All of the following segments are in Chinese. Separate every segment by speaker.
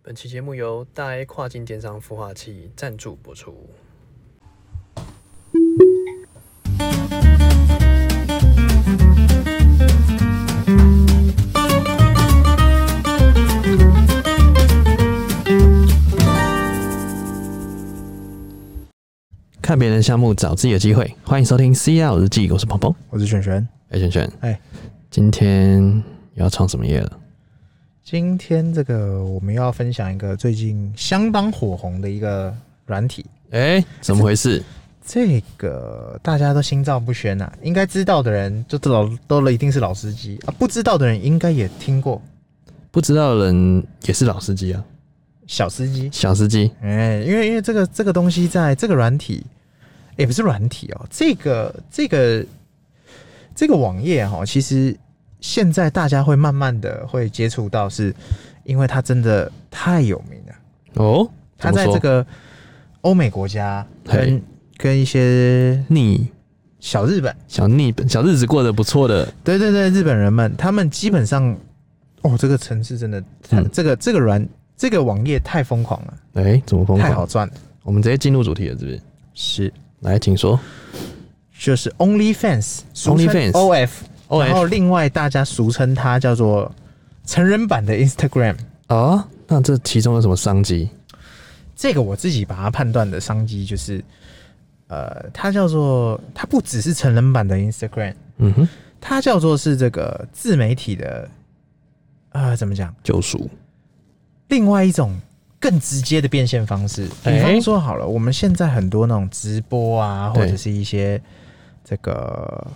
Speaker 1: 本期节目由大 A 跨境电商孵化器赞助播出。看别人的项目，找自己的机会。欢迎收听《CL 日记》，我是鹏鹏。
Speaker 2: 我是璇璇。
Speaker 1: 哎，璇璇，
Speaker 2: 哎，
Speaker 1: 今天要创什么业了？
Speaker 2: 今天这个我们要分享一个最近相当火红的一个软体，
Speaker 1: 哎，怎么回事？
Speaker 2: 这个大家都心照不宣呐、应该知道的人就都老都了一定是老司机啊，不知道的人应该也听过
Speaker 1: 不知道的人也是老司机啊，
Speaker 2: 小司机。
Speaker 1: 小司机。
Speaker 2: 哎、因为因为这个这个东西在这个软体，也、不是软体哦，这个这个这个网页哈、哦，其实现在大家会慢慢的会接触到是，因为它真的太有名了。
Speaker 1: 哦，
Speaker 2: 他在
Speaker 1: 怎么说
Speaker 2: 这个欧美国家
Speaker 1: 嘿
Speaker 2: 跟跟一些
Speaker 1: 逆
Speaker 2: 小日本，
Speaker 1: 小逆本小日子过得不错的，
Speaker 2: 对对对，日本人们，他们基本上，哦，这个城市真的，
Speaker 1: 嗯
Speaker 2: 这个这个软这个网页太疯狂了，
Speaker 1: 哎、怎么疯
Speaker 2: 太好
Speaker 1: 狂？
Speaker 2: 赚了，
Speaker 1: 我们直接进入主题了，是不是？
Speaker 2: 是，
Speaker 1: 来，请说。
Speaker 2: 就是 OnlyFans，俗称
Speaker 1: OnlyFans
Speaker 2: OF，
Speaker 1: O
Speaker 2: 然
Speaker 1: F
Speaker 2: 后另外大家俗称它叫做成人版的 Instagram，
Speaker 1: 啊，那这其中有什么商机？
Speaker 2: 这个我自己把它判断的商机就是。呃，它叫做它不只是成人版的 Instagram，
Speaker 1: 嗯哼，
Speaker 2: 它叫做是这个自媒体的，呃，怎么讲？
Speaker 1: 救赎。
Speaker 2: 另外一种更直接的变现方式。比
Speaker 1: 哎
Speaker 2: 方说好了，我们现在很多那种直播啊，
Speaker 1: 对
Speaker 2: 或者是一些这个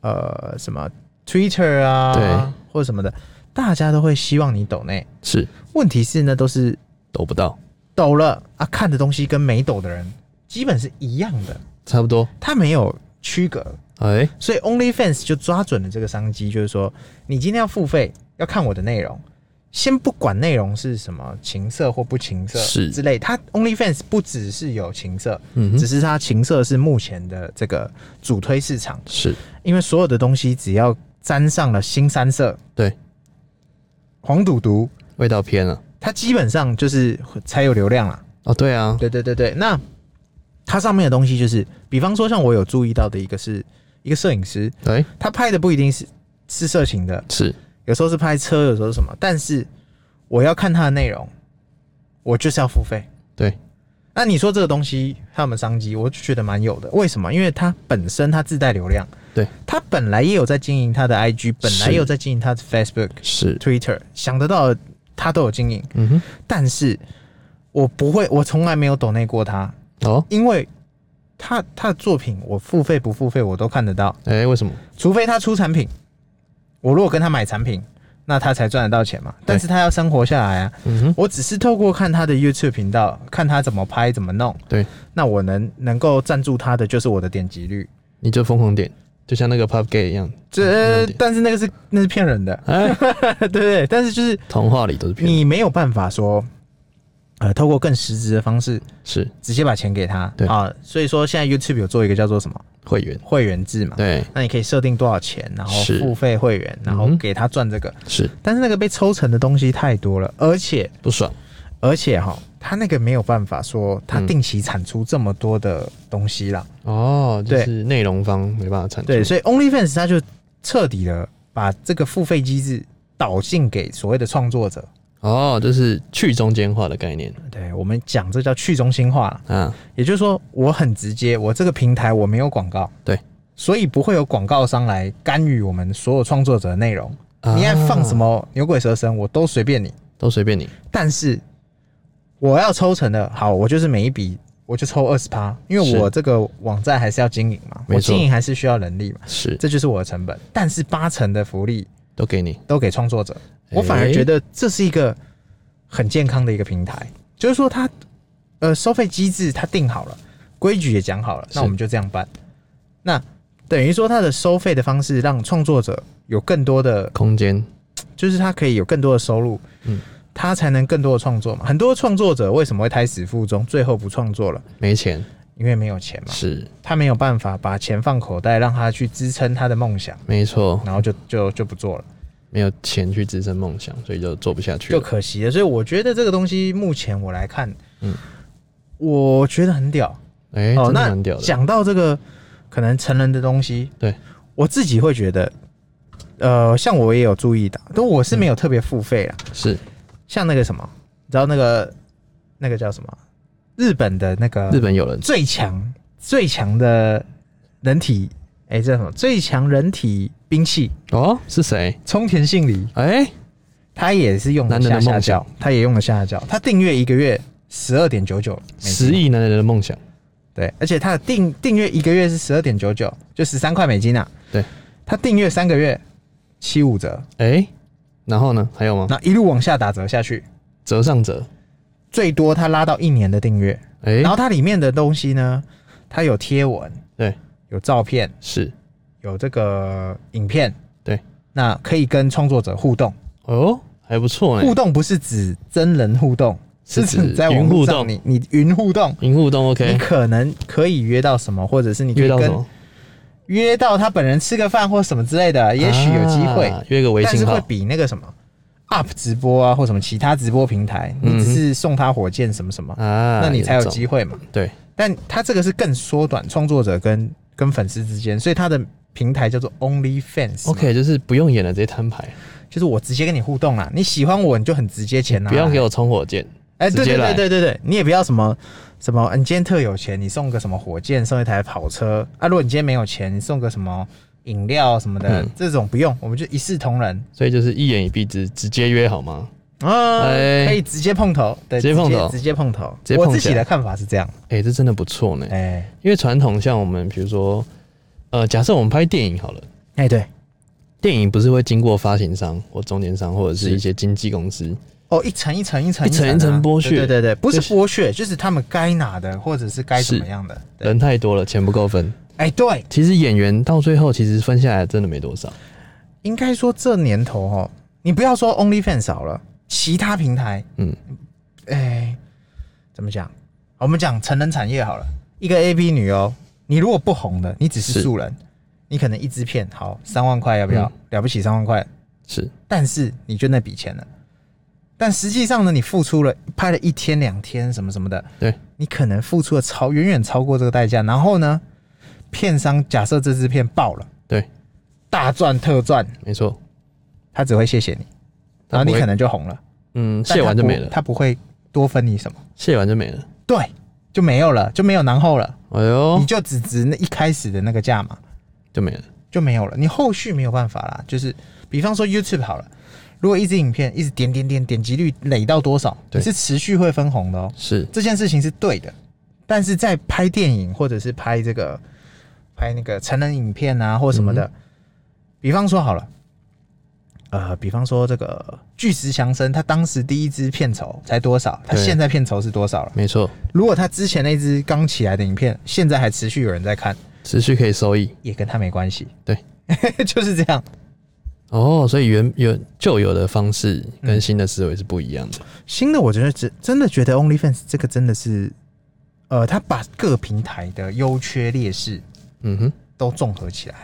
Speaker 2: 呃什么 Twitter 啊，
Speaker 1: 对
Speaker 2: 或者什么的，大家都会希望你抖内。
Speaker 1: 是
Speaker 2: 问题是呢，都是
Speaker 1: 抖不到，
Speaker 2: 抖了啊，看的东西跟没抖的人基本是一样的，
Speaker 1: 差不多。
Speaker 2: 它没有区隔。
Speaker 1: 哎、
Speaker 2: 所以 OnlyFans 就抓准了这个商机，就是说，你今天要付费，要看我的内容，先不管内容是什么情色或不情色
Speaker 1: 是
Speaker 2: 之类，它 OnlyFans 不只是有情色，
Speaker 1: 嗯
Speaker 2: 只
Speaker 1: 哼，
Speaker 2: 是它情色是目前的这个主推市场，
Speaker 1: 是
Speaker 2: 因为所有的东西只要沾上了新三色，
Speaker 1: 对，
Speaker 2: 黄赌毒，
Speaker 1: 味道偏了。
Speaker 2: 它基本上就是才有流量啦。
Speaker 1: 哦，对啊，
Speaker 2: 对对对对，那它上面的东西就是，比方说像我有注意到的一个是一个摄影师，
Speaker 1: 哎、
Speaker 2: 他拍的不一定是是色情的，
Speaker 1: 是
Speaker 2: 有时候是拍车，有时候是什么，但是我要看它的内容，我就是要付费。
Speaker 1: 对，
Speaker 2: 那你说这个东西它有没有商机？我就觉得蛮有的。为什么？因为它本身它自带流量，
Speaker 1: 对，
Speaker 2: 它本来也有在经营它的 IG，本来
Speaker 1: 是
Speaker 2: 也有在经营它的 Facebook、
Speaker 1: 是，
Speaker 2: Twitter，想得到的它都有经营，
Speaker 1: 嗯哼，
Speaker 2: 但是我不会，我从来没有抖内过它，
Speaker 1: 哦，
Speaker 2: 因为他他的作品我付费不付费我都看得到。
Speaker 1: 哎、为什么？
Speaker 2: 除非他出产品，我如果跟他买产品，那他才赚得到钱嘛。但是他要生活下来啊，
Speaker 1: 嗯哼，
Speaker 2: 我只是透过看他的 YouTube 频道，看他怎么拍怎么弄，
Speaker 1: 对，
Speaker 2: 那我能能够赞助他的就是我的点击率。
Speaker 1: 你就疯狂点，就像那个 Pub Gay 一样，
Speaker 2: 这、
Speaker 1: 嗯点
Speaker 2: 但是那个是那是骗人的，
Speaker 1: 哎、
Speaker 2: 对不对？但是就是
Speaker 1: 童话里都是骗人。
Speaker 2: 你没有办法说，呃，透过更实质的方式
Speaker 1: 是
Speaker 2: 直接把钱给他，
Speaker 1: 对
Speaker 2: 啊。所以说现在 YouTube 有做一个叫做什么
Speaker 1: 会员，
Speaker 2: 会员制嘛，
Speaker 1: 对，
Speaker 2: 那你可以设定多少钱，然后
Speaker 1: 是
Speaker 2: 付费会员，然
Speaker 1: 嗯
Speaker 2: 后
Speaker 1: 哼
Speaker 2: 给他赚这个。
Speaker 1: 是
Speaker 2: 但是那个被抽成的东西太多了，而且
Speaker 1: 不爽。
Speaker 2: 而且哈，他那个没有办法说他
Speaker 1: 嗯
Speaker 2: 定期产出这么多的东西啦。
Speaker 1: 哦，就
Speaker 2: 对
Speaker 1: 是内容方没办法产出。
Speaker 2: 对，所以 OnlyFans 他就彻底的把这个付费机制导进给所谓的创作者。
Speaker 1: 哦，就是去中间化的概念
Speaker 2: 对我们讲这叫去中心化啦，
Speaker 1: 啊，
Speaker 2: 也就是说我很直接，我这个平台我没有广告，
Speaker 1: 对，
Speaker 2: 所以不会有广告商来干预我们所有创作者的内容。你爱放什
Speaker 1: 么
Speaker 2: 么牛鬼蛇神，我都随便你。
Speaker 1: 啊都随便你。
Speaker 2: 但是我要抽成的，好，我就是每一笔我就抽二十趴，因为
Speaker 1: 是
Speaker 2: 我这个网站还是要经营嘛，
Speaker 1: 没
Speaker 2: 我
Speaker 1: 错
Speaker 2: 经营还是需要人力嘛，
Speaker 1: 是
Speaker 2: 这就是我的成本。但是八成的福利
Speaker 1: 都给你，
Speaker 2: 都给创作者，我反而
Speaker 1: 诶
Speaker 2: 觉得这是一个很健康的一个平台，就是说它呃收费机制它定好了，规矩也讲好了，
Speaker 1: 是
Speaker 2: 那我们就这样办。那等于说它的收费的方式让创作者有更多的
Speaker 1: 空间
Speaker 2: 就是他可以有更多的收入，
Speaker 1: 嗯
Speaker 2: 嗯，他才能更多的创作嘛。很多创作者为什么会胎死腹中，最后不创作了？
Speaker 1: 没钱
Speaker 2: 因为没有钱嘛，
Speaker 1: 是
Speaker 2: 他没有办法把钱放口袋，让他去支撑他的梦想，
Speaker 1: 没错，
Speaker 2: 然后就就就不做了。
Speaker 1: 没有钱去支撑梦想，所以就做不下去
Speaker 2: 就
Speaker 1: 了。
Speaker 2: 可惜了。所以我觉得这个东西目前我来看，
Speaker 1: 嗯
Speaker 2: 我觉得很屌。
Speaker 1: 哎、
Speaker 2: 哦，
Speaker 1: 真的
Speaker 2: 那
Speaker 1: 蛮屌的。
Speaker 2: 讲到这个可能成人的东西，
Speaker 1: 对
Speaker 2: 我自己会觉得，呃，像我也有注意到，但我是没
Speaker 1: 嗯
Speaker 2: 有特别付费啦。
Speaker 1: 是
Speaker 2: 像那个什么，你知道那个那个叫什么？日本的那个
Speaker 1: 日本有人
Speaker 2: 最强最强的人体，哎、这叫什么？最强人体兵器
Speaker 1: 哦，是谁？
Speaker 2: 冲田杏里，
Speaker 1: 哎、
Speaker 2: 他也是用了
Speaker 1: 男人
Speaker 2: 下
Speaker 1: 的
Speaker 2: 下
Speaker 1: 梦想
Speaker 2: 教，他也用了下下教，他订阅一个月十二点九九，
Speaker 1: 十亿男人的梦想，
Speaker 2: 对，而且他的订订阅一个月是十二点九九，就十三块美金啊。
Speaker 1: 对，
Speaker 2: 他订阅三个月七五折，
Speaker 1: 哎、然后呢？还有吗？
Speaker 2: 那一路往下打折下去，
Speaker 1: 折上折，
Speaker 2: 最多他拉到一年的订阅。
Speaker 1: 哎、
Speaker 2: 然后它里面的东西呢，它有贴文，
Speaker 1: 对，
Speaker 2: 有照片，
Speaker 1: 是
Speaker 2: 有这个影片，
Speaker 1: 对，
Speaker 2: 那可以跟创作者互动。
Speaker 1: 哦，还不错呢、
Speaker 2: 互动不是指真人互动，
Speaker 1: 是指
Speaker 2: 指在网
Speaker 1: 云互
Speaker 2: 络
Speaker 1: 动
Speaker 2: 上你你云互动。
Speaker 1: 云互动
Speaker 2: 你
Speaker 1: OK，
Speaker 2: 可能可以约到什么，或者是你可以
Speaker 1: 约到什
Speaker 2: 跟
Speaker 1: 么？
Speaker 2: 约到他本人吃个饭或什么之类的，也许有机会，
Speaker 1: 啊约个啊微
Speaker 2: 但是
Speaker 1: 信
Speaker 2: 会
Speaker 1: 号，
Speaker 2: 比那个什么 UP 直播啊或什么其他直播平台，
Speaker 1: 嗯哼
Speaker 2: 你只是送他火箭什么什么，
Speaker 1: 啊，
Speaker 2: 那你才有
Speaker 1: 种
Speaker 2: 机会嘛。
Speaker 1: 对，
Speaker 2: 但他这个是更缩短创作者跟跟粉丝之间，所以他的平台叫做 Only Fans。
Speaker 1: OK，就是不用演了，直接摊牌，
Speaker 2: 就是我直接跟你互动啦，你喜欢我你就很直接钱啦、
Speaker 1: 不要给我冲火箭，
Speaker 2: 哎，对
Speaker 1: 直
Speaker 2: 对
Speaker 1: 接来
Speaker 2: 对对对对，你也不要什么什么，嗯你今天特有钱，你送个什么火箭，送一台跑车啊。如果你今天没有钱，你送个什么饮料什么的，
Speaker 1: 嗯
Speaker 2: 这种不用，我们就一视同仁
Speaker 1: 所以就是一言以蔽之，直接约好吗？
Speaker 2: 啊，
Speaker 1: 哎
Speaker 2: 可以直接碰头，对，
Speaker 1: 直接碰头
Speaker 2: 直接碰头。
Speaker 1: 直接碰
Speaker 2: 我
Speaker 1: 起来
Speaker 2: 自己的看法是这样，
Speaker 1: 哎、这真的不错呢，
Speaker 2: 哎
Speaker 1: 因为传统像我们比如说，呃，假设我们拍电影好了。
Speaker 2: 哎对，
Speaker 1: 电影不是会经过发行商或中间商或者是
Speaker 2: 是
Speaker 1: 一些经纪公司，
Speaker 2: 哦，一层一层一层
Speaker 1: 一层
Speaker 2: 啊
Speaker 1: 一层剥削
Speaker 2: 对对对对，不是
Speaker 1: 就是
Speaker 2: 剥削，就是他们该拿的或者是该怎么样的。对，
Speaker 1: 人太多了，钱不够分。
Speaker 2: 哎对，
Speaker 1: 其实演员到最后其实分下来真的没多少，
Speaker 2: 应该说这年头哦，你不要说 OnlyFans 好了，其他平台，
Speaker 1: 嗯，
Speaker 2: 哎、怎么讲？我们讲成人产业好了，一个 A B 女优，你如果不红的，你只是
Speaker 1: 是
Speaker 2: 素人，你可能一支片好三万块，要不要？
Speaker 1: 嗯
Speaker 2: 了不起三万块，
Speaker 1: 是
Speaker 2: 但是你就那笔钱了。但实际上呢，你付出了拍了一天两天什么什么的，
Speaker 1: 对，
Speaker 2: 你可能付出了超远远超过这个代价。然后呢，片商假设这支片爆了，
Speaker 1: 对，
Speaker 2: 大赚特赚，
Speaker 1: 没错。
Speaker 2: 他只会谢谢你，
Speaker 1: 他
Speaker 2: 然
Speaker 1: 不
Speaker 2: 后啊你
Speaker 1: 会
Speaker 2: 可能就红了，
Speaker 1: 嗯，
Speaker 2: 但
Speaker 1: 卸完就
Speaker 2: 他不
Speaker 1: 没了，
Speaker 2: 他不会多分你什么，
Speaker 1: 卸完就没了。
Speaker 2: 对，就没有了，就没有然后了，
Speaker 1: 哎呦
Speaker 2: 你，就只值那一开始的那个价嘛，
Speaker 1: 就没了。
Speaker 2: 就没有了，你后续没有办法啦。就是比方说 YouTube 好了，如果一支影片一直点点点点击率累到多少，
Speaker 1: 对
Speaker 2: 你是持续会分红的哦，
Speaker 1: 是
Speaker 2: 这件事情是对的，但是在拍电影或者是拍这个拍那个成人影片啊或什么的，比方说好了，呃，比方说这个巨石强森，他当时第一支片酬才多少？他
Speaker 1: 对
Speaker 2: 现在片酬是多少了？
Speaker 1: 没错，
Speaker 2: 如果他之前那支刚起来的影片，现在还持续有人在看，
Speaker 1: 持续可以收益。
Speaker 2: 也跟他没关系。
Speaker 1: 对，
Speaker 2: 就是这样。
Speaker 1: 哦，所以原有旧有的方式跟
Speaker 2: 嗯
Speaker 1: 新的思维是不一样的。
Speaker 2: 新的我觉得真真的觉得 OnlyFans 这个真的是，呃，他把各平台的优缺劣势
Speaker 1: 嗯哼，
Speaker 2: 都综合起来。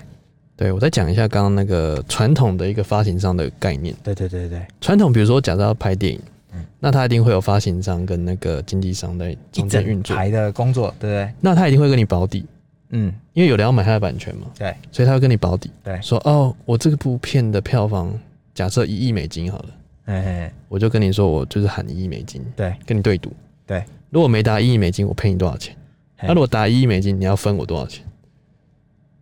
Speaker 1: 对我再讲一下刚刚那个传统的一个发行商的概念。
Speaker 2: 对对对对，
Speaker 1: 传统比如说，假设要拍电影
Speaker 2: 嗯，
Speaker 1: 那他一定会有发行商跟那个经纪商在
Speaker 2: 一
Speaker 1: 中间
Speaker 2: 整
Speaker 1: 运作，
Speaker 2: 排的工作，对不对？
Speaker 1: 那他一定会跟你保底，
Speaker 2: 嗯，
Speaker 1: 因为有人要买他的版权嘛，
Speaker 2: 对
Speaker 1: 所以他会跟你保底，
Speaker 2: 对，
Speaker 1: 说哦，我这部片的票房假设一亿美金好了，
Speaker 2: 哎哎，
Speaker 1: 我就跟你说我就是喊一亿美金
Speaker 2: 对
Speaker 1: 跟你对赌，
Speaker 2: 对，
Speaker 1: 如果没达一亿美金，我赔你多少钱？
Speaker 2: 嘿
Speaker 1: 啊那如果达一亿美金，你要分我多少钱？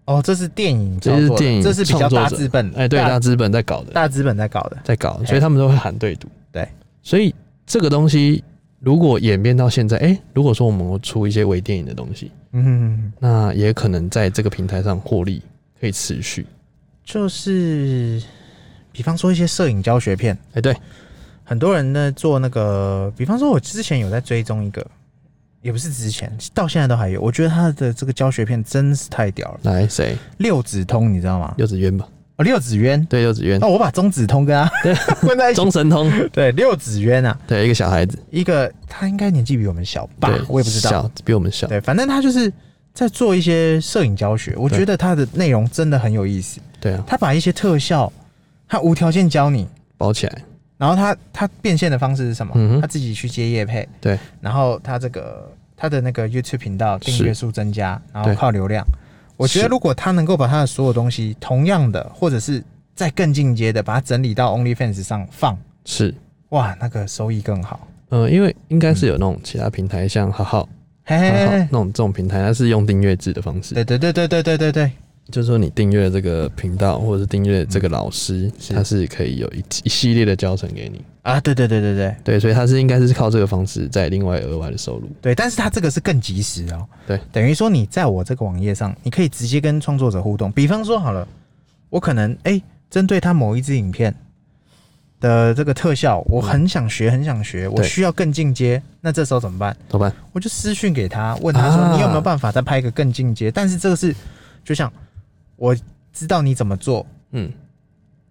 Speaker 2: 哦，这是电影
Speaker 1: 这
Speaker 2: 操
Speaker 1: 是
Speaker 2: 作的，
Speaker 1: 电影
Speaker 2: 这是比较
Speaker 1: 创作
Speaker 2: 大
Speaker 1: 者
Speaker 2: 资本，
Speaker 1: 哎，对，
Speaker 2: 大
Speaker 1: 大资本在搞的，
Speaker 2: 大资本在搞的。
Speaker 1: 在搞，
Speaker 2: 嘿
Speaker 1: 所以他们都会喊对赌。
Speaker 2: 对，
Speaker 1: 所以这个东西如果演变到现在，哎、如果说我们出一些微电影的东西，
Speaker 2: 嗯，
Speaker 1: 那也可能在这个平台上获利可以持续。
Speaker 2: 就是比方说一些摄影教学片，
Speaker 1: 哎、对，
Speaker 2: 很多人呢做那个，比方说，我之前有在追踪一个，也不是之前，到现在都还有。我觉得他的这个教学片真是太屌了，
Speaker 1: 来谁？
Speaker 2: 六指通你知道吗？
Speaker 1: 六子渊吧？
Speaker 2: 哦，六指渊
Speaker 1: 对，六子渊，
Speaker 2: 哦，我把中指通跟他 混在一起。
Speaker 1: 中神 通，
Speaker 2: 对，六指渊啊，
Speaker 1: 对，一个小孩子，
Speaker 2: 一个他应该年纪比我们小吧
Speaker 1: 对，，
Speaker 2: 我也不知道。
Speaker 1: 小比我们小。
Speaker 2: 对，反正他就是在做一些摄影教学，我觉得他的内容真的很有意思。
Speaker 1: 对啊，
Speaker 2: 他把一些特效他无条件教你，
Speaker 1: 包起来，
Speaker 2: 然后他他变现的方式是什么？
Speaker 1: 嗯哼
Speaker 2: 他自己去接业配，
Speaker 1: 对，
Speaker 2: 然后他这个他的那个 YouTube 频道订阅数增加，然后
Speaker 1: 对
Speaker 2: 靠流量。我觉得
Speaker 1: 是
Speaker 2: 如果他能够把他的所有东西，同样的或者是再更进阶的，把它整理到 OnlyFans 上放，
Speaker 1: 是，
Speaker 2: 哇，那个收益更好。
Speaker 1: 嗯，因为应该是有那种其他平台，像好好
Speaker 2: 嘿
Speaker 1: 好
Speaker 2: 嘿
Speaker 1: 嗯好
Speaker 2: 嘿
Speaker 1: 那
Speaker 2: 嘿，
Speaker 1: 种这种平台，它是用订阅制的方式，
Speaker 2: 对对对对对对对对，
Speaker 1: 就是说你订阅这个频道或者是订阅这个老师，
Speaker 2: 是
Speaker 1: 他嗯是可以有一一系列的教程给你。
Speaker 2: 啊，对对对对对
Speaker 1: 对，所以他是应该是靠这个方式在另外额外的收入。
Speaker 2: 对，但是他这个是更及时哦。
Speaker 1: 对，
Speaker 2: 等于说你在我这个网页上，你可以直接跟创作者互动。比方说好了，我可能哎，针、对他某一支影片的这个特效，我很想学，很想学，我
Speaker 1: 对
Speaker 2: 需要更进阶，那这时候怎么办？
Speaker 1: 怎么办？
Speaker 2: 我就私讯给他，问他说
Speaker 1: 啊
Speaker 2: 你有没有办法再拍一个更进阶？但是这个是，就像我知道你怎么做。
Speaker 1: 嗯，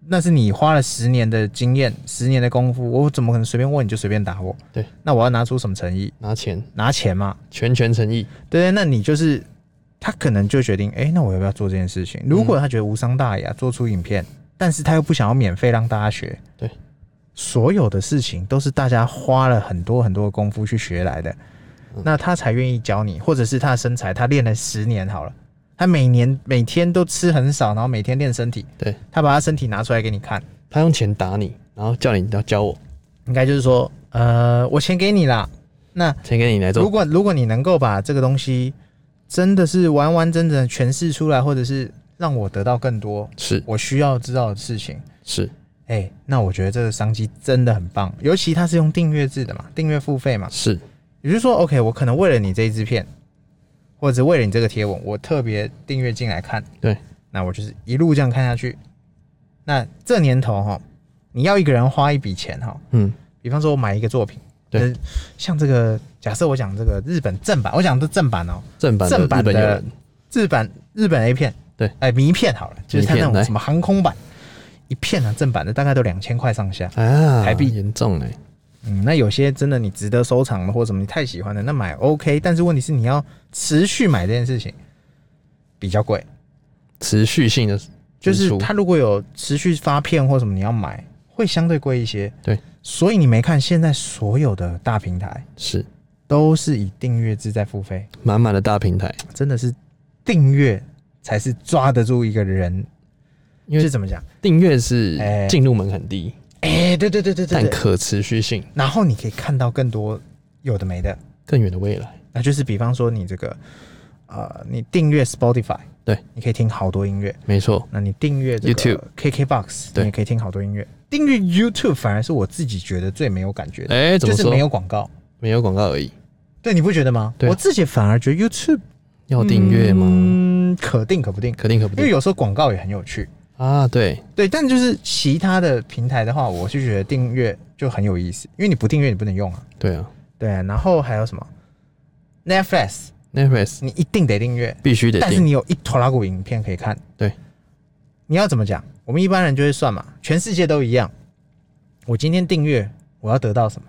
Speaker 2: 那是你花了十年的经验，十年的功夫，我怎么可能随便问你就随便打我？
Speaker 1: 对，
Speaker 2: 那我要拿出什么诚意？
Speaker 1: 拿钱，
Speaker 2: 拿钱嘛，
Speaker 1: 全权诚意。
Speaker 2: 对，那你就是他可能就决定，哎、那我要不要做这件事情？如
Speaker 1: 嗯
Speaker 2: 果他觉得无伤大雅，做出影片，但是他又不想要免费让大家学，
Speaker 1: 对，
Speaker 2: 所有的事情都是大家花了很多很多的功夫去学来的，
Speaker 1: 嗯
Speaker 2: 那他才愿意教你，或者是他的身材，他练了十年好了。他每年每天都吃很少，然后每天练身体。
Speaker 1: 对，
Speaker 2: 他把他身体拿出来给你看，
Speaker 1: 他用钱打你，然后叫你要教我，
Speaker 2: 应该就是说，呃，我钱给你啦，那
Speaker 1: 钱给你来
Speaker 2: 如
Speaker 1: 做。
Speaker 2: 果如果你能够把这个东西真的是完完整整地诠释出来，或者是让我得到更多
Speaker 1: 是
Speaker 2: 我需要知道的事情，
Speaker 1: 是
Speaker 2: 哎、那我觉得这个商机真的很棒。尤其它是用订阅制的嘛，订阅付费嘛，
Speaker 1: 是，
Speaker 2: 也就是说，OK，我可能为了你这一支片，或者为了你这个贴文，我特别订阅进来看。
Speaker 1: 对，
Speaker 2: 那我就是一路这样看下去。那这年头哈，你要一个人花一笔钱哈，
Speaker 1: 嗯，
Speaker 2: 比方说我买一个作品，
Speaker 1: 对
Speaker 2: 呃，像这个假设我讲这个日本正版，我讲的正版哦，
Speaker 1: 正版的
Speaker 2: 正版
Speaker 1: 日
Speaker 2: 的
Speaker 1: 本友人，
Speaker 2: 日版日本 A 片，
Speaker 1: 对
Speaker 2: 哎、迷片好了，就是它
Speaker 1: 迷片
Speaker 2: 那种
Speaker 1: 来
Speaker 2: 什么航空版，一片啊正版的大概都两千块上下，
Speaker 1: 啊，
Speaker 2: 台币
Speaker 1: 严重哎、
Speaker 2: 嗯，那有些真的你值得收藏的或者什么你太喜欢的，那买 OK，但是问题是你要持续买这件事情比较贵，
Speaker 1: 持续性的
Speaker 2: 就
Speaker 1: 支
Speaker 2: 是
Speaker 1: 出
Speaker 2: 它如果有持续发片或什么你要买，会相对贵一些，
Speaker 1: 对，
Speaker 2: 所以你没看现在所有的大平台
Speaker 1: 是
Speaker 2: 都是以订阅制在付费。
Speaker 1: 满满的大平台，
Speaker 2: 真的是订阅才是抓得住一个人，
Speaker 1: 因
Speaker 2: 是
Speaker 1: 为
Speaker 2: 怎么讲？
Speaker 1: 订阅是
Speaker 2: 哎
Speaker 1: 进入门槛低，
Speaker 2: 哎、对对对对对
Speaker 1: 但
Speaker 2: 对。
Speaker 1: 可持续性
Speaker 2: 然后你可以看到更多有的没的，
Speaker 1: 更远的未来。
Speaker 2: 那就是比方说你这个，呃，你订阅 Spotify，
Speaker 1: 对，
Speaker 2: 你可以听好多音乐。
Speaker 1: 没错，
Speaker 2: 那你订阅这
Speaker 1: YouTube
Speaker 2: 个 KKBox，你
Speaker 1: 对
Speaker 2: 也可以听好多音乐。订阅 YouTube 反而是我自己觉得最没有感觉的，
Speaker 1: 哎、怎
Speaker 2: 就
Speaker 1: 么
Speaker 2: 是
Speaker 1: 说？
Speaker 2: 没有广告。
Speaker 1: 没有广告而已，
Speaker 2: 对，你不觉得吗？
Speaker 1: 对啊
Speaker 2: 我自己反而觉得 YouTube
Speaker 1: 要订阅吗？
Speaker 2: 嗯，可定可不定，
Speaker 1: 可定可不
Speaker 2: 因为
Speaker 1: 定
Speaker 2: 有时候广告也很有趣。
Speaker 1: 啊？对，
Speaker 2: 对，但就是其他的平台的话，我是觉得订阅就很有意思，因为你不订阅你不能用啊。
Speaker 1: 对啊
Speaker 2: 对啊，然后还有什么 Netflix，
Speaker 1: ，Netflix
Speaker 2: 你一定得订阅，
Speaker 1: 必须得
Speaker 2: 但是
Speaker 1: 订，
Speaker 2: 你有一坨拉股影片可以看。
Speaker 1: 对，
Speaker 2: 你要怎么讲？我们一般人就会算嘛，全世界都一样。我今天订阅，我要得到什么？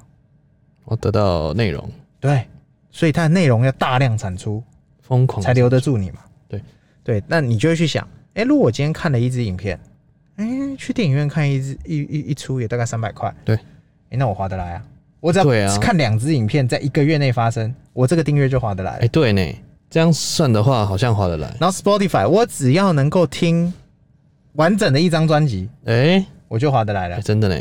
Speaker 1: 我得到内容
Speaker 2: 对，所以它的内容要大量产出，
Speaker 1: 疯狂
Speaker 2: 才留得住你嘛。
Speaker 1: 对
Speaker 2: 对，那你就会去想，哎、如果我今天看了一支影片，哎、去电影院看一支一一一出也大概三百块，
Speaker 1: 对
Speaker 2: 哎、那我划得来啊。我只要
Speaker 1: 对啊
Speaker 2: 看两支影片在一个月内发生，我这个订阅就划得来
Speaker 1: 哎、
Speaker 2: 了。
Speaker 1: 对呢，这样算的话好像划得来。
Speaker 2: 然后 Spotify，我只要能够听完整的一张专辑，
Speaker 1: 哎、
Speaker 2: 我就划得来
Speaker 1: 哎、
Speaker 2: 了，
Speaker 1: 真的呢，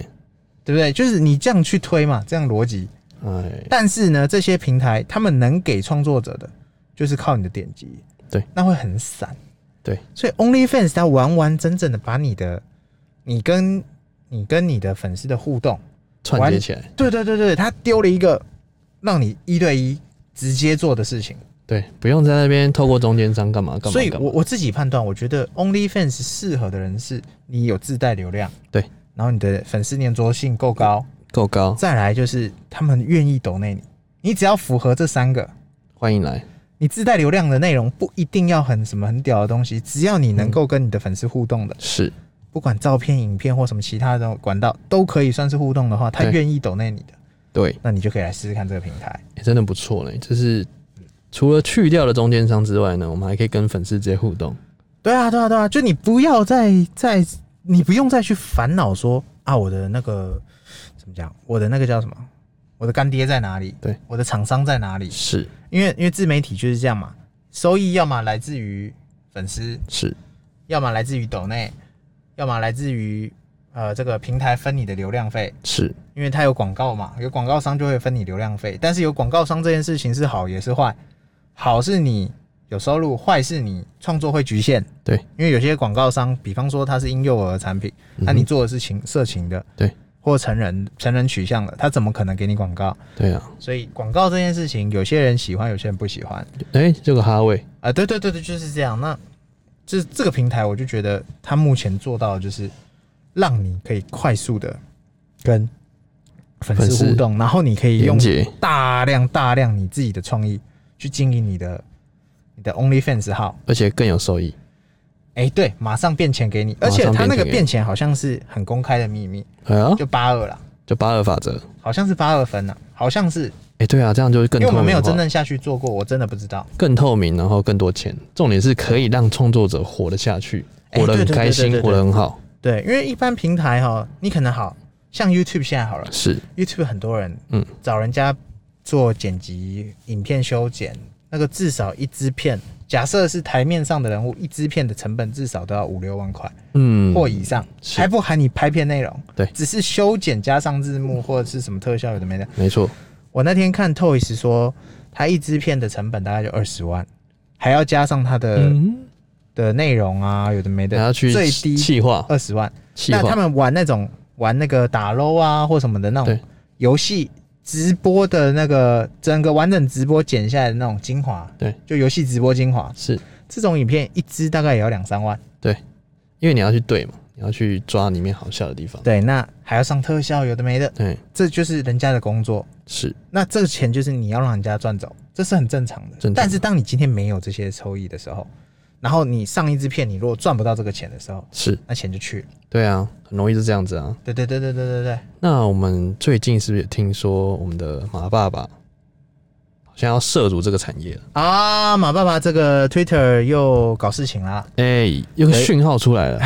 Speaker 2: 对不对？就是你这样去推嘛，这样逻辑。
Speaker 1: 哎，
Speaker 2: 但是呢，这些平台他们能给创作者的，就是靠你的点击，
Speaker 1: 对，
Speaker 2: 那会很散。
Speaker 1: 对，
Speaker 2: 所以 OnlyFans 它完完整整的把你的，你跟你跟你的粉丝的互动，
Speaker 1: 串接起来，
Speaker 2: 对对对对，它丢了一个让你一对一直接做的事情。
Speaker 1: 对，不用在那边透过中间商干嘛干
Speaker 2: 所
Speaker 1: 嘛
Speaker 2: 以
Speaker 1: 干
Speaker 2: 我
Speaker 1: 嘛。
Speaker 2: 我自己判断，我觉得 OnlyFans 适合的人是你有自带流量，
Speaker 1: 对，
Speaker 2: 然后你的粉丝粘着性够高，
Speaker 1: 够高，
Speaker 2: 再来就是他们愿意抖内你，你只要符合这三个，
Speaker 1: 欢迎来，
Speaker 2: 你自带流量的内容不一定要很什么很屌的东西，只要你能够跟你的粉丝互动的，
Speaker 1: 是
Speaker 2: 不管照片、影片或什么其他的管道，都可以算是互动的话，他
Speaker 1: 对
Speaker 2: 愿意抖内你的，
Speaker 1: 对、
Speaker 2: 那你就可以来试试看这个平台。
Speaker 1: 哎真的不错呢。就是除了去掉了中间商之外呢，我们还可以跟粉丝直接互动。
Speaker 2: 对啊，对啊，对啊，就你不要再再你不用再去烦恼说啊，我的那个怎么讲，我的那个叫什么，我的干爹在哪里？
Speaker 1: 对，
Speaker 2: 我的厂商在哪里？
Speaker 1: 是
Speaker 2: 因为因为自媒体就是这样嘛，收益要么来自于粉丝，
Speaker 1: 是
Speaker 2: 要么来自于抖内，要么来自于呃这个平台分你的流量费，
Speaker 1: 是，
Speaker 2: 因为它有广告嘛，有广告商就会分你流量费。但是有广告商这件事情是好也是坏，好是你有收入，坏是你创作会局限。
Speaker 1: 对，
Speaker 2: 因为有些广告商，比方说它是婴幼儿产品，那、你做的是情色情的，
Speaker 1: 嗯对，
Speaker 2: 或成人成人取向的，他怎么可能给你广告？
Speaker 1: 对啊，
Speaker 2: 所以广告这件事情，有些人喜欢，有些人不喜欢。
Speaker 1: 哎、这个哈位
Speaker 2: 啊，对对对对，就是这样。那这这个平台，我就觉得它目前做到的就是让你可以快速的跟粉
Speaker 1: 粉
Speaker 2: 丝
Speaker 1: 丝
Speaker 2: 互动，然后你可以
Speaker 1: 连
Speaker 2: 用
Speaker 1: 接
Speaker 2: 大量大量你自己的创意去经营你的你的 OnlyFans 号。
Speaker 1: 而且更有收益，
Speaker 2: 哎，对，马上变钱给你，而且
Speaker 1: 马上
Speaker 2: 它
Speaker 1: 变
Speaker 2: 那个
Speaker 1: 钱给
Speaker 2: 变钱好像是很公开的秘密，
Speaker 1: 哎呀，
Speaker 2: 就八二啦，
Speaker 1: 就八二法则，
Speaker 2: 好像是八二分呐，好像是，
Speaker 1: 哎、对啊，这样就是更
Speaker 2: 因为
Speaker 1: 透
Speaker 2: 我
Speaker 1: 明
Speaker 2: 们没有
Speaker 1: 化
Speaker 2: 真正下去做过，我真的不知道。
Speaker 1: 更透明，然后更多钱，重点是可以让创作者活得下去，
Speaker 2: 哎
Speaker 1: 活得很
Speaker 2: 对对对
Speaker 1: 开
Speaker 2: 对
Speaker 1: 心，
Speaker 2: 对对
Speaker 1: 活得很好，
Speaker 2: 对，因为一般平台哈，你可能好像 YouTube 现在好了。
Speaker 1: 是
Speaker 2: YouTube 很多人，
Speaker 1: 嗯
Speaker 2: 嗯，找人家做剪辑、影片修剪，那个至少一支片，假设是台面上的人物，一支片的成本至少都要五六万块
Speaker 1: 嗯，
Speaker 2: 或以上，
Speaker 1: 是
Speaker 2: 还不含你拍片内容，
Speaker 1: 对
Speaker 2: 只是修剪加上字幕或者是什么特效有的没的。
Speaker 1: 没错，
Speaker 2: 我那天看 Toys 说，他一支片的成本大概就二十万，还要加上他的、
Speaker 1: 嗯，
Speaker 2: 的内容啊，有的没呃的，
Speaker 1: 然后去
Speaker 2: 最低
Speaker 1: 气化，
Speaker 2: 二十万。
Speaker 1: 气
Speaker 2: 那他
Speaker 1: 化，
Speaker 2: 们玩那种玩那个打 LO 啊或什么的那
Speaker 1: 对
Speaker 2: 种游戏直播的那个整个完整直播剪下来的那种精华，
Speaker 1: 对，
Speaker 2: 就游戏直播精华
Speaker 1: 是
Speaker 2: 这种影片一支大概也要两三万，
Speaker 1: 因为你要去对嘛，你要去抓里面好笑的地方，
Speaker 2: 对，那还要上特效，有的没的，
Speaker 1: 对，
Speaker 2: 这就是人家的工作。
Speaker 1: 是
Speaker 2: 那这个钱就是你要让人家赚走，这是很正常的。
Speaker 1: 正常
Speaker 2: 但是当你今天没有这些收益的时候，然后你上一支片，你如果赚不到这个钱的时候，
Speaker 1: 是，
Speaker 2: 那钱就去了。
Speaker 1: 对啊，很容易是这样子啊。
Speaker 2: 对对对对对对对，
Speaker 1: 那我们最近是不是也听说我们的马爸爸好像要涉足这个产业了？
Speaker 2: 啊，马爸爸这个 Twitter 又搞事情啦。
Speaker 1: 哎、有个
Speaker 2: 哎
Speaker 1: 讯号出来了，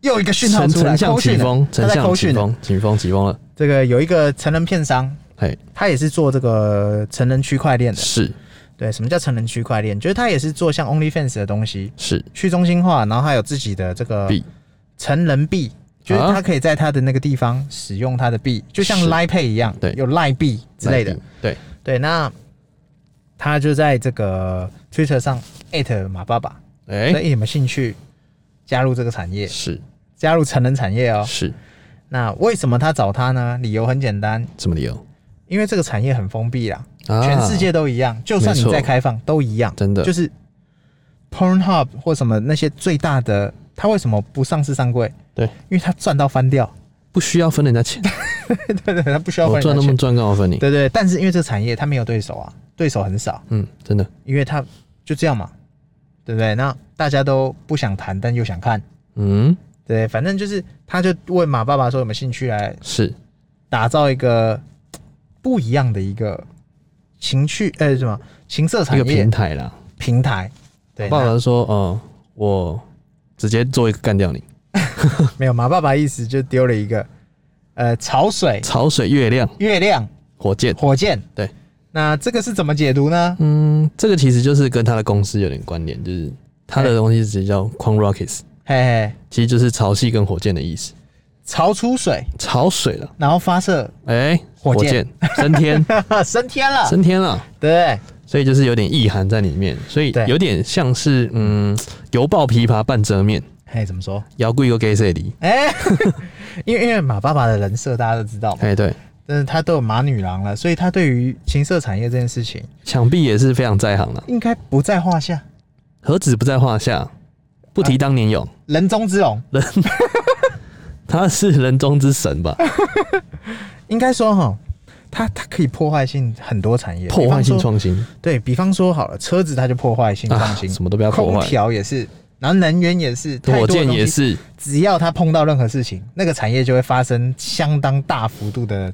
Speaker 2: 又一个讯号
Speaker 1: 丞
Speaker 2: 出来，
Speaker 1: 丞相
Speaker 2: 扣
Speaker 1: 起
Speaker 2: 讯了。
Speaker 1: 风，
Speaker 2: 他
Speaker 1: 丞
Speaker 2: 在
Speaker 1: 相
Speaker 2: 扣
Speaker 1: 起
Speaker 2: 讯了
Speaker 1: 风，起风起风了，
Speaker 2: 这个有一个成人片商，
Speaker 1: 嘿，
Speaker 2: 他也是做这个成人区块链的。
Speaker 1: 是
Speaker 2: 对，什么叫成人区块链？就是他也是做像 OnlyFans 的东西，
Speaker 1: 是，
Speaker 2: 去中心化，然后还有自己的这个
Speaker 1: 币
Speaker 2: 成人币，就是
Speaker 1: 啊
Speaker 2: 他可以在他的那个地方使用他的币，就像
Speaker 1: 是
Speaker 2: Line Pay 一样，
Speaker 1: 对
Speaker 2: 有 Line 币之类的。，
Speaker 1: 对，
Speaker 2: 对，那他就在这个 Twitter 上艾特马爸爸，
Speaker 1: 哎、
Speaker 2: 所以你有没有兴趣加入这个产业，
Speaker 1: 是
Speaker 2: 加入成人产业哦？
Speaker 1: 是，
Speaker 2: 那为什么他找他呢？理由很简单，
Speaker 1: 什么理由？
Speaker 2: 因为这个产业很封闭啦，
Speaker 1: 啊
Speaker 2: 全世界都一样，就算你
Speaker 1: 没错
Speaker 2: 再开放都一样，
Speaker 1: 真的
Speaker 2: 就是 Pornhub 或什么那些最大的，它为什么不上市上柜？
Speaker 1: 对
Speaker 2: 因为它赚到翻掉，
Speaker 1: 不需要分人家钱，
Speaker 2: 对对对，它不需要
Speaker 1: 我
Speaker 2: 分
Speaker 1: 赚
Speaker 2: 人
Speaker 1: 那
Speaker 2: 家
Speaker 1: 么
Speaker 2: 钱，
Speaker 1: 赚，刚好分你。
Speaker 2: 对对。但是因为这个产业它没有对手啊，对手很少，
Speaker 1: 嗯，真的，
Speaker 2: 因为它就这样嘛，对不对？那大家都不想谈，但又想看，
Speaker 1: 嗯，
Speaker 2: 对，反正就是他就问马爸爸说有没有兴趣来
Speaker 1: 是
Speaker 2: 打造一个不一样的一个情趣，呃，什么情色
Speaker 1: 一
Speaker 2: 产
Speaker 1: 个
Speaker 2: 业
Speaker 1: 平台啦。
Speaker 2: 平台。对，啊
Speaker 1: 爸
Speaker 2: 那
Speaker 1: 爸说，呃，我直接做一个干掉你，
Speaker 2: 没有马爸爸意思就丢了一个，呃，潮水、
Speaker 1: 潮水、月亮、
Speaker 2: 月亮、
Speaker 1: 火箭。
Speaker 2: 火箭。
Speaker 1: 对，
Speaker 2: 那这个是怎么解读呢？
Speaker 1: 嗯，这个其实就是跟他的公司有点关联，就是他的东西直接叫 q u a n Rockets，
Speaker 2: 嘿嘿，
Speaker 1: 其实就是潮汐跟火箭的意思，
Speaker 2: 潮出水，
Speaker 1: 潮水了，
Speaker 2: 然后发射，
Speaker 1: 哎、
Speaker 2: 火箭
Speaker 1: 箭升 天，
Speaker 2: 哈哈，升天了。
Speaker 1: 升天了。
Speaker 2: 对，
Speaker 1: 所以就是有点意涵在里面，所以
Speaker 2: 对
Speaker 1: 有点像是嗯，犹抱琵琶半遮面，
Speaker 2: 嘿，怎么说？
Speaker 1: 摇过一个 gay 这里。
Speaker 2: 哎、 因为因为马爸爸的人设大家都知道嘛，
Speaker 1: 哎，对，
Speaker 2: 但是他都有马女郎了，所以他对于情色产业这件事情
Speaker 1: 想必也是非常在行了，
Speaker 2: 应该不在话下，
Speaker 1: 何止不在话下，不
Speaker 2: 啊
Speaker 1: 提当年勇，
Speaker 2: 人中之龙。
Speaker 1: 他是人中之神
Speaker 2: 啊
Speaker 1: 吧？
Speaker 2: 应该说哈，它它可以破坏性很多产业，
Speaker 1: 破坏性
Speaker 2: 比方说
Speaker 1: 创新
Speaker 2: 对比方说好了，车子它就破坏性
Speaker 1: 啊，
Speaker 2: 创新，
Speaker 1: 什么都不要破
Speaker 2: 空
Speaker 1: 坏，
Speaker 2: 调也是，然后能源也是，太
Speaker 1: 火
Speaker 2: 多的
Speaker 1: 箭
Speaker 2: 东西
Speaker 1: 也，是，
Speaker 2: 只要它碰到任何事情，那个产业就会发生相当大幅度的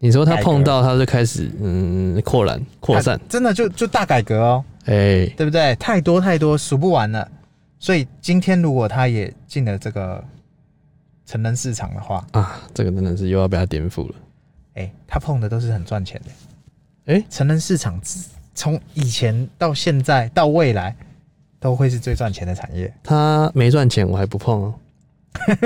Speaker 1: 你说他
Speaker 2: 改革
Speaker 1: 碰到他就开始嗯扩展扩散，
Speaker 2: 真的就就大改革哦，
Speaker 1: 哎，
Speaker 2: 对不对？太多太多数不完了，所以今天如果它也进了这个成人市场的话，
Speaker 1: 啊，这个真的是又要被他颠覆了。
Speaker 2: 哎、他碰的都是很赚钱的。
Speaker 1: 哎
Speaker 2: 成人市场自从以前到现在到未来，都会是最赚钱的产业。
Speaker 1: 他没赚钱，我还不碰 哦，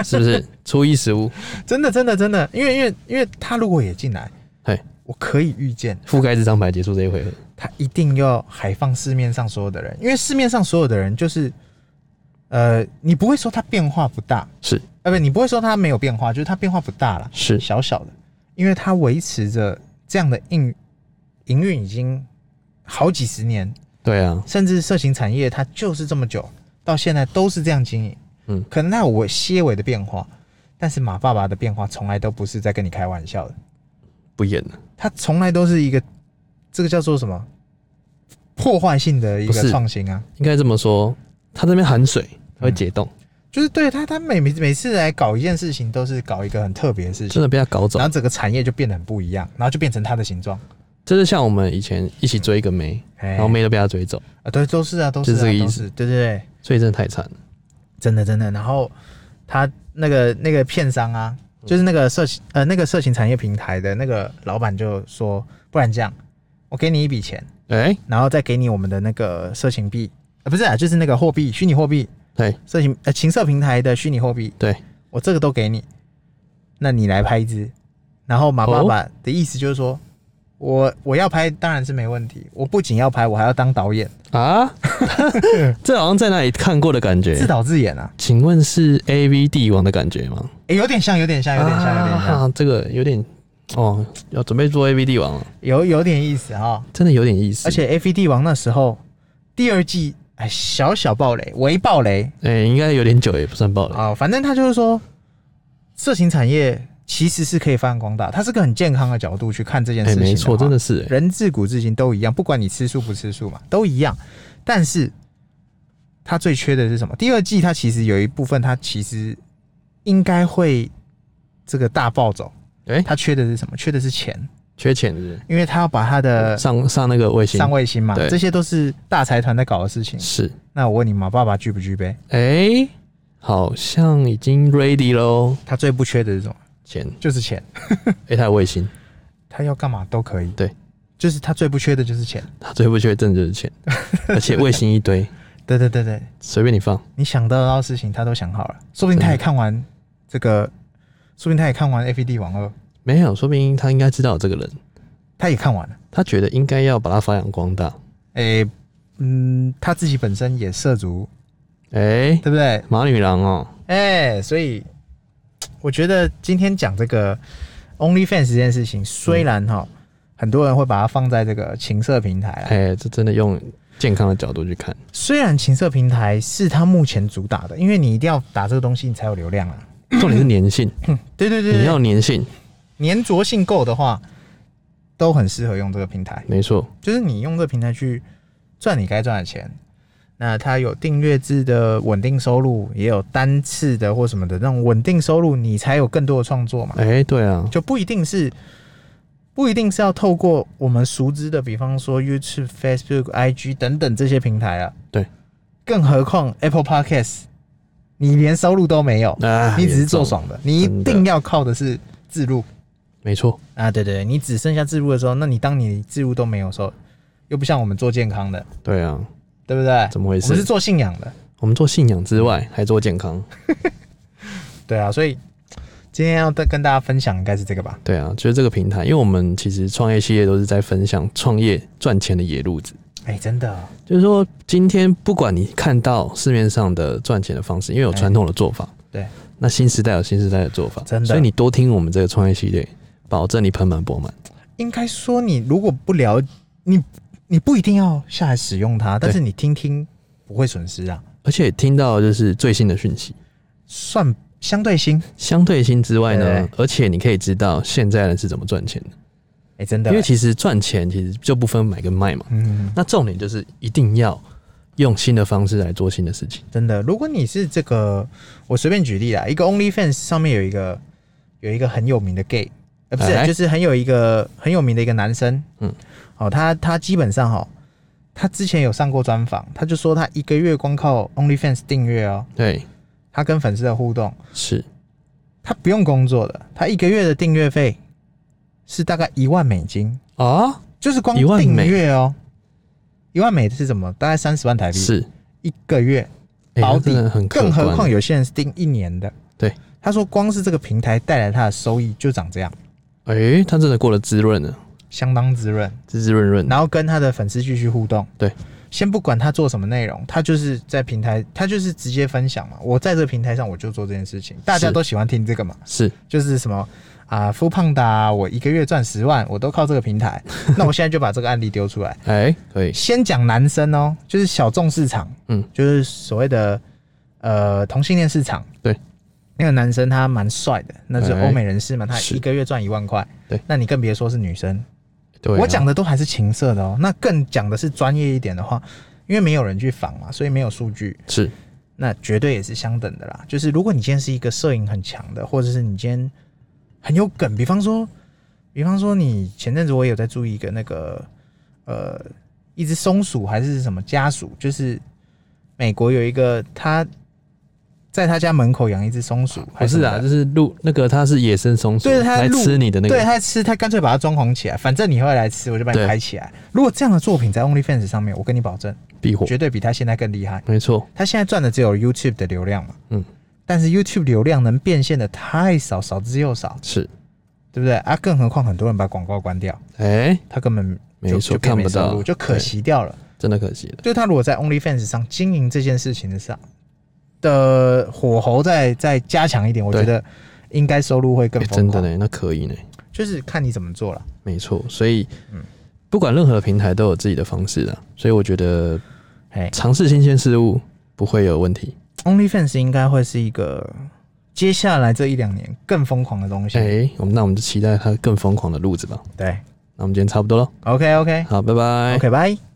Speaker 1: 是不是？初一十五
Speaker 2: 真的，真的，真的，因为因为因为他如果也进来
Speaker 1: 嘿，
Speaker 2: 我可以预见
Speaker 1: 覆盖这张牌结束这一回合，
Speaker 2: 他一定要海放市面上所有的人，因为市面上所有的人就是，呃，你不会说它变化不大，
Speaker 1: 是
Speaker 2: 呃，不，你不会说它没有变化，就是它变化不大啦，
Speaker 1: 是
Speaker 2: 小小的，因为它维持着这样的营营运已经好几十年，
Speaker 1: 对啊，
Speaker 2: 甚至色情产业它就是这么久，到现在都是这样经营。
Speaker 1: 嗯
Speaker 2: 可能它有微些微的变化，但是马爸爸的变化从来都不是在跟你开玩笑的，
Speaker 1: 不演了，
Speaker 2: 它从来都是一个这个叫做什么破坏性的一
Speaker 1: 不
Speaker 2: 个
Speaker 1: 是
Speaker 2: 创新啊，
Speaker 1: 应该这么说，他这边含水，他会解冻，
Speaker 2: 就是对他他每每每次来搞一件事情都是搞一个很特别的事情，
Speaker 1: 真的被他搞走
Speaker 2: 然。后整个产业就变得很不一样，然后就变成它的形状。
Speaker 1: 这是像我们以前一起追一个妹，
Speaker 2: 哎
Speaker 1: 然后妹都被他追走，
Speaker 2: 啊，对，都是啊，都是、啊，
Speaker 1: 就这个意思
Speaker 2: 都是，对对对。
Speaker 1: 所以真的太惨了。
Speaker 2: 真的真的。然后他那个那个片商啊，
Speaker 1: 嗯
Speaker 2: 就是那个色情呃那个色情产业平台的那个老板就说，不然这样，我给你一笔钱，
Speaker 1: 哎、
Speaker 2: 然后再给你我们的那个色情币，呃不是啊，就是那个货币，虚拟货币，
Speaker 1: 对
Speaker 2: 色情呃情色平台的虚拟货币，
Speaker 1: 对，
Speaker 2: 我这个都给你，那你来拍一支。然后马爸爸的意思就是说。我我要拍当然是没问题，我不仅要拍，我还要当导演，
Speaker 1: 啊，这好像在哪里看过的感觉
Speaker 2: 自。导自演啊，
Speaker 1: 请问是 A V 帝王的感觉吗？
Speaker 2: 诶有点像，有点像，有点像，有点像。
Speaker 1: 啊，这个有点哦，要准备做 A V 帝王了，
Speaker 2: 有有点意思哈。
Speaker 1: 真的有点意思。
Speaker 2: 而，且 A V 帝王那时候第二季，哎，小小暴雷，微暴雷
Speaker 1: 哎、应该有点久，也不算爆了。
Speaker 2: 啊、反正他就是说，色情产业其实是可以发扬光大，它是个很健康的角度去看这件
Speaker 1: 哎、
Speaker 2: 事情。哦
Speaker 1: 没错，真的，是、哎
Speaker 2: 人自古至今都一样，不管你吃素不吃素嘛，都一样。但是它最缺的是什么？第二季它其实有一部分，它其实应该会这个大暴走。
Speaker 1: 哎
Speaker 2: 它缺的是什么？缺的是钱，
Speaker 1: 缺钱是不是
Speaker 2: 因为它要把它的
Speaker 1: 上上那个卫星
Speaker 2: 呃上卫星嘛，
Speaker 1: 对
Speaker 2: 这些都是大财团在搞的事情。
Speaker 1: 是，
Speaker 2: 那我问你，马爸爸具不具备？
Speaker 1: 哎、好像已经 ready 喽，
Speaker 2: 他最不缺的是什么？
Speaker 1: 钱，
Speaker 2: 就是钱，
Speaker 1: 哎、他有卫星，
Speaker 2: 他要干嘛都可以。
Speaker 1: 对，
Speaker 2: 就是他最不缺的就是钱。
Speaker 1: 他最不缺挣就是 钱，而且卫星一堆，
Speaker 2: 对对对对，
Speaker 1: 随便你放，
Speaker 2: 你想得到的事情他都想好了，说不定他也看完这个，说不定他也看完《F E D 网二》，
Speaker 1: 没有，说不定他应该知道有这个人，
Speaker 2: 他也看完了。
Speaker 1: 他觉得应该要把它发扬光大，
Speaker 2: 诶、嗯，他自己本身也涉足，
Speaker 1: 哎、
Speaker 2: 对不对？
Speaker 1: 马女郎哦，
Speaker 2: 哎、所以我觉得今天讲这个 OnlyFans 这件事情，虽然哈、
Speaker 1: 嗯
Speaker 2: 很多人会把它放在这个情色平台啦，
Speaker 1: 哎、这真的用健康的角度去看，
Speaker 2: 虽然情色平台是它目前主打的，因为你一定要打这个东西，你才有流量啊。
Speaker 1: 重点是粘性，
Speaker 2: 对对对
Speaker 1: 你
Speaker 2: 对，
Speaker 1: 要粘性，
Speaker 2: 粘着性够的话，都很适合用这个平台。
Speaker 1: 没错，
Speaker 2: 就是你用这个平台去赚你该赚的钱，那它有订阅制的稳定收入，也有单次的或什么的那种稳定收入，你才有更多的创作嘛。
Speaker 1: 哎、对啊，
Speaker 2: 就不一定是不一定是要透过我们熟知的，比方说 YouTube、Facebook、IG 等等这些平台啊。
Speaker 1: 对，
Speaker 2: 更何况 Apple Podcast，你连收入都没有，
Speaker 1: 啊，
Speaker 2: 你只是
Speaker 1: 严重
Speaker 2: 做，爽的，你一定要靠的是自录
Speaker 1: 没错，
Speaker 2: 啊。对对对，你只剩下自录的时候，那你当你自录都没有的时候，又不像我们做健康的，
Speaker 1: 对啊，
Speaker 2: 对不对？
Speaker 1: 怎么回
Speaker 2: 我们是
Speaker 1: 事？
Speaker 2: 做信仰的，
Speaker 1: 我们做信仰之外，还做健康，
Speaker 2: 对啊，所以。今天要跟大家分享应该是这个吧，
Speaker 1: 对啊，就是这个平台，因为我们其实创业系列都是在分享创业赚钱的野路子，
Speaker 2: 哎、真的，
Speaker 1: 就是说今天不管你看到市面上的赚钱的方式，因为有传统的做法，
Speaker 2: 哎对，
Speaker 1: 那新时代有新时代的做法，
Speaker 2: 真的
Speaker 1: 所以你多听我们这个创业系列，保证你盆满钵满。
Speaker 2: 应该说，你如果不了，你你不一定要下来使用它，但是你听听不会损失啊，
Speaker 1: 而且听到就是最新的讯息，
Speaker 2: 算相对新。
Speaker 1: 相对新之外呢
Speaker 2: 对，
Speaker 1: 而且你可以知道现在人是怎么赚钱的，
Speaker 2: 哎、真的，
Speaker 1: 因为其实赚钱其实就不分买跟卖嘛。
Speaker 2: 嗯，
Speaker 1: 那重点就是一定要用新的方式来做新的事情。
Speaker 2: 真的，如果你是这个，我随便举例啦，一个 OnlyFans 上面有一个有一个很有名的 gay，呃，不是，
Speaker 1: 哎
Speaker 2: 就是很有一个很有名的一个男生，
Speaker 1: 嗯，
Speaker 2: 哦，他他基本上哈、哦，他之前有上过专访，他就说他一个月光靠 OnlyFans 订阅哦，
Speaker 1: 对，
Speaker 2: 他跟粉丝的互动，
Speaker 1: 是
Speaker 2: 他不用工作的，他一个月的订阅费是大概一万美金，
Speaker 1: 啊，
Speaker 2: 就是光
Speaker 1: 1万
Speaker 2: 订
Speaker 1: 美
Speaker 2: 阅哦，一万美是什么？大概三十万台币，
Speaker 1: 是，
Speaker 2: 一个月
Speaker 1: 哎
Speaker 2: 哎保
Speaker 1: 那
Speaker 2: 底
Speaker 1: 真的很可
Speaker 2: 更何
Speaker 1: 观
Speaker 2: 况有些人是订一年的。
Speaker 1: 对，
Speaker 2: 他说光是这个平台带来他的收益就长这样，
Speaker 1: 哎、他真的过得滋润了，
Speaker 2: 相当滋润。
Speaker 1: 滋滋润润。
Speaker 2: 然后跟他的粉丝继续互动，
Speaker 1: 嗯对，
Speaker 2: 先不管他做什么内容，他就是在平台，他就是直接分享嘛。我在这个平台上我就做这件事情，大家
Speaker 1: 是
Speaker 2: 都喜欢听这个嘛，
Speaker 1: 是，
Speaker 2: 就是什么。啊，富胖达，我一个月赚十万，我都靠这个 平台。那我现在就把这个案例丢出来，
Speaker 1: 哎、可以，
Speaker 2: 先讲男生哦，就是小众市场，
Speaker 1: 嗯，
Speaker 2: 就是所谓的呃同性恋市场。
Speaker 1: 对，
Speaker 2: 那个男生他蛮帅的，那是
Speaker 1: 哎
Speaker 2: 欧美人士嘛，他
Speaker 1: 是
Speaker 2: 一个月赚一万块。
Speaker 1: 对，
Speaker 2: 那你更别说是女生。
Speaker 1: 对、啊
Speaker 2: 我讲，的都还是情色的哦，那更讲的是专业一点的话，因为没有人去仿嘛，所以没有数据，
Speaker 1: 是
Speaker 2: 那绝对也是相等的啦。就是如果你今天是一个摄影很强的，或者是你今天很有梗，比方说，比方说你前阵子我也有在注意一个那个呃，一只松鼠还是什么家鼠，就是美国有一个他在他家门口养一只松鼠，
Speaker 1: 不
Speaker 2: 还
Speaker 1: 是
Speaker 2: 什么
Speaker 1: 啊？
Speaker 2: 的
Speaker 1: 就是鹿那个它是野生松鼠，
Speaker 2: 对它
Speaker 1: 来
Speaker 2: 鹿
Speaker 1: 吃你的那个，
Speaker 2: 对他吃，他干脆把它装潢起来，反正你会来吃，我就把你
Speaker 1: 对
Speaker 2: 拍起来。如果这样的作品在 OnlyFans 上面，我跟你保证，
Speaker 1: 避火，
Speaker 2: 绝对比他现在更厉害。
Speaker 1: 没错，
Speaker 2: 他现在赚的只有 YouTube 的流量嘛，
Speaker 1: 嗯，
Speaker 2: 但是 YouTube 流量能变现的太少，少之又少，
Speaker 1: 是，
Speaker 2: 对不对啊？更何况很多人把广告关掉，
Speaker 1: 哎、
Speaker 2: 他根本
Speaker 1: 没
Speaker 2: 就
Speaker 1: 错
Speaker 2: 就变
Speaker 1: 看不
Speaker 2: 没收入
Speaker 1: 到
Speaker 2: 就可惜掉了。
Speaker 1: 真的可惜了，
Speaker 2: 就他如果在 OnlyFans 上经营这件事情的上的火候再再加强一点，我
Speaker 1: 对
Speaker 2: 觉得应该收入会更
Speaker 1: 哎
Speaker 2: 疯
Speaker 1: 真
Speaker 2: 狂
Speaker 1: 的，呢，那可以呢，
Speaker 2: 就是看你怎么做了。
Speaker 1: 没错，所以
Speaker 2: 嗯
Speaker 1: 不管任何平台都有自己的方式的，所以我觉得
Speaker 2: 哎
Speaker 1: 尝试新鲜事物不会有问题。
Speaker 2: OnlyFans 应该会是一个接下来这一两年更疯狂的东西。
Speaker 1: 哎、我们那我们就期待它更疯狂的路子吧。
Speaker 2: 对
Speaker 1: 那我们今天差不多了，
Speaker 2: ，OK OK
Speaker 1: 哎好，拜拜。
Speaker 2: OK，拜。